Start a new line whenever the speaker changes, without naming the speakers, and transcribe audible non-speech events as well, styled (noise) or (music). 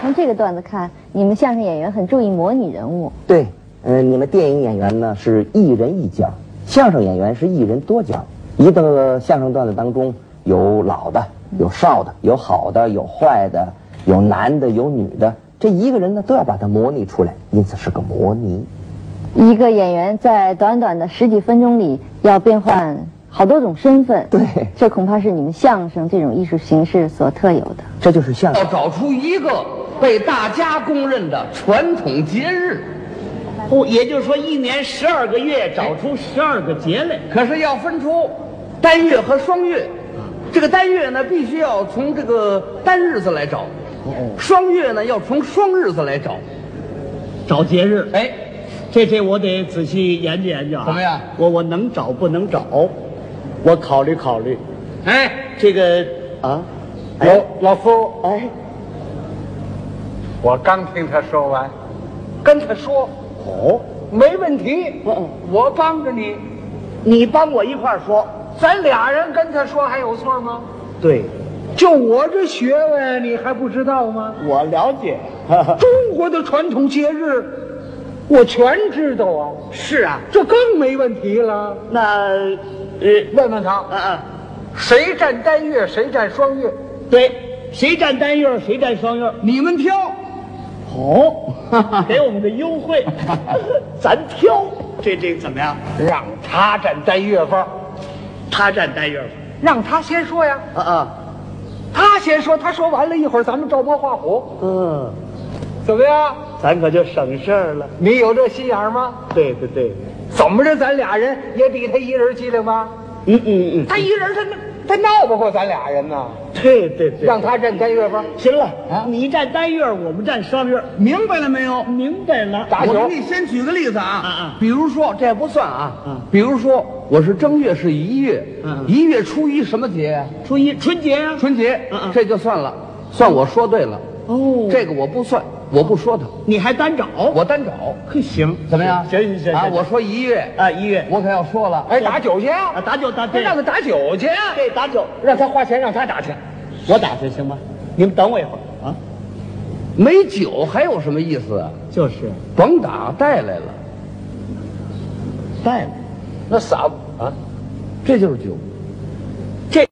从这个段子看，你们相声演员很注意模拟人物。
对，嗯、你们电影演员呢是一人一角，相声演员是一人多角。一个相声段子当中有老的，有少的，有好的，有坏的，有男的，有女的，这一个人呢都要把它模拟出来，因此是个模拟。
一个演员在短短的十几分钟里要变换好多种身份，
对
这恐怕是你们相声这种艺术形式所特有的。
这就是相
要
声。
找出一个被大家公认的传统节日，
不，也就是说一年十二个月找出十二个节来。
可是要分出单月和双月。这个单月呢，必须要从这个单日子来找；
哦
双月呢，要从双日子来找。
找节日，
哎，
这这我得仔细研究研究啊。
怎么样
我我能找不能找？我考虑考虑。
哎，
这个啊，哎，老夫，哎，
我刚听他说完，跟他说
哦，
没问题，
哦
我帮着你，
你帮我一块儿说，
咱俩人跟他说还有错吗？
对，
就我这学问，你还不知道吗？
我了
(laughs)
解。
中国的传统节日，我全知道啊，
是啊，
这更没问题了。
那呃，
问问他，
啊啊，
谁占单月，谁占双月？
对，谁占单月儿，谁占双月儿？
你们挑，
哦，给我们个优 (laughs) 惠，咱挑。这这怎么样？
让他占单月份，
他占单月儿，
让他先说呀。
啊啊，
嗯他先说，他说完了一会儿，咱们照猫画虎，
嗯，
怎么样？
咱可就省事儿了。
你有这心眼儿吗？
对对对，
怎么着，咱俩人也比他一人机灵吧？
嗯嗯嗯，
他一人他他闹不过咱俩人呐，
对对啊对，
让他占单月份。
行了，你占单月儿，我们占双月儿，
明白了没有？
明白了。
打
我
球嗯
给你先举个例子啊，
啊啊
比如说这不算啊，
嗯
比如说我是正月是一月，
嗯嗯
一月初一什么节呀、
初一春节呀、
春节，
嗯嗯
这就算了，算我说对了。
哦
这个我不算，我不说它，
哦
你还单找？
我单找，
嘿行，
怎么样？
行行行
啊！
行
我说一月，
啊，一月
我可要说了，
哎，打酒去啊
啊，打酒打
那
对，
让他打酒去啊，
对打酒，
让他花钱，让他打去。
我打去行吗？你们等我一会儿啊。
没酒还有什么意思啊？
就是
甭打，带来了，
带了，
那傻啊，
这就是酒。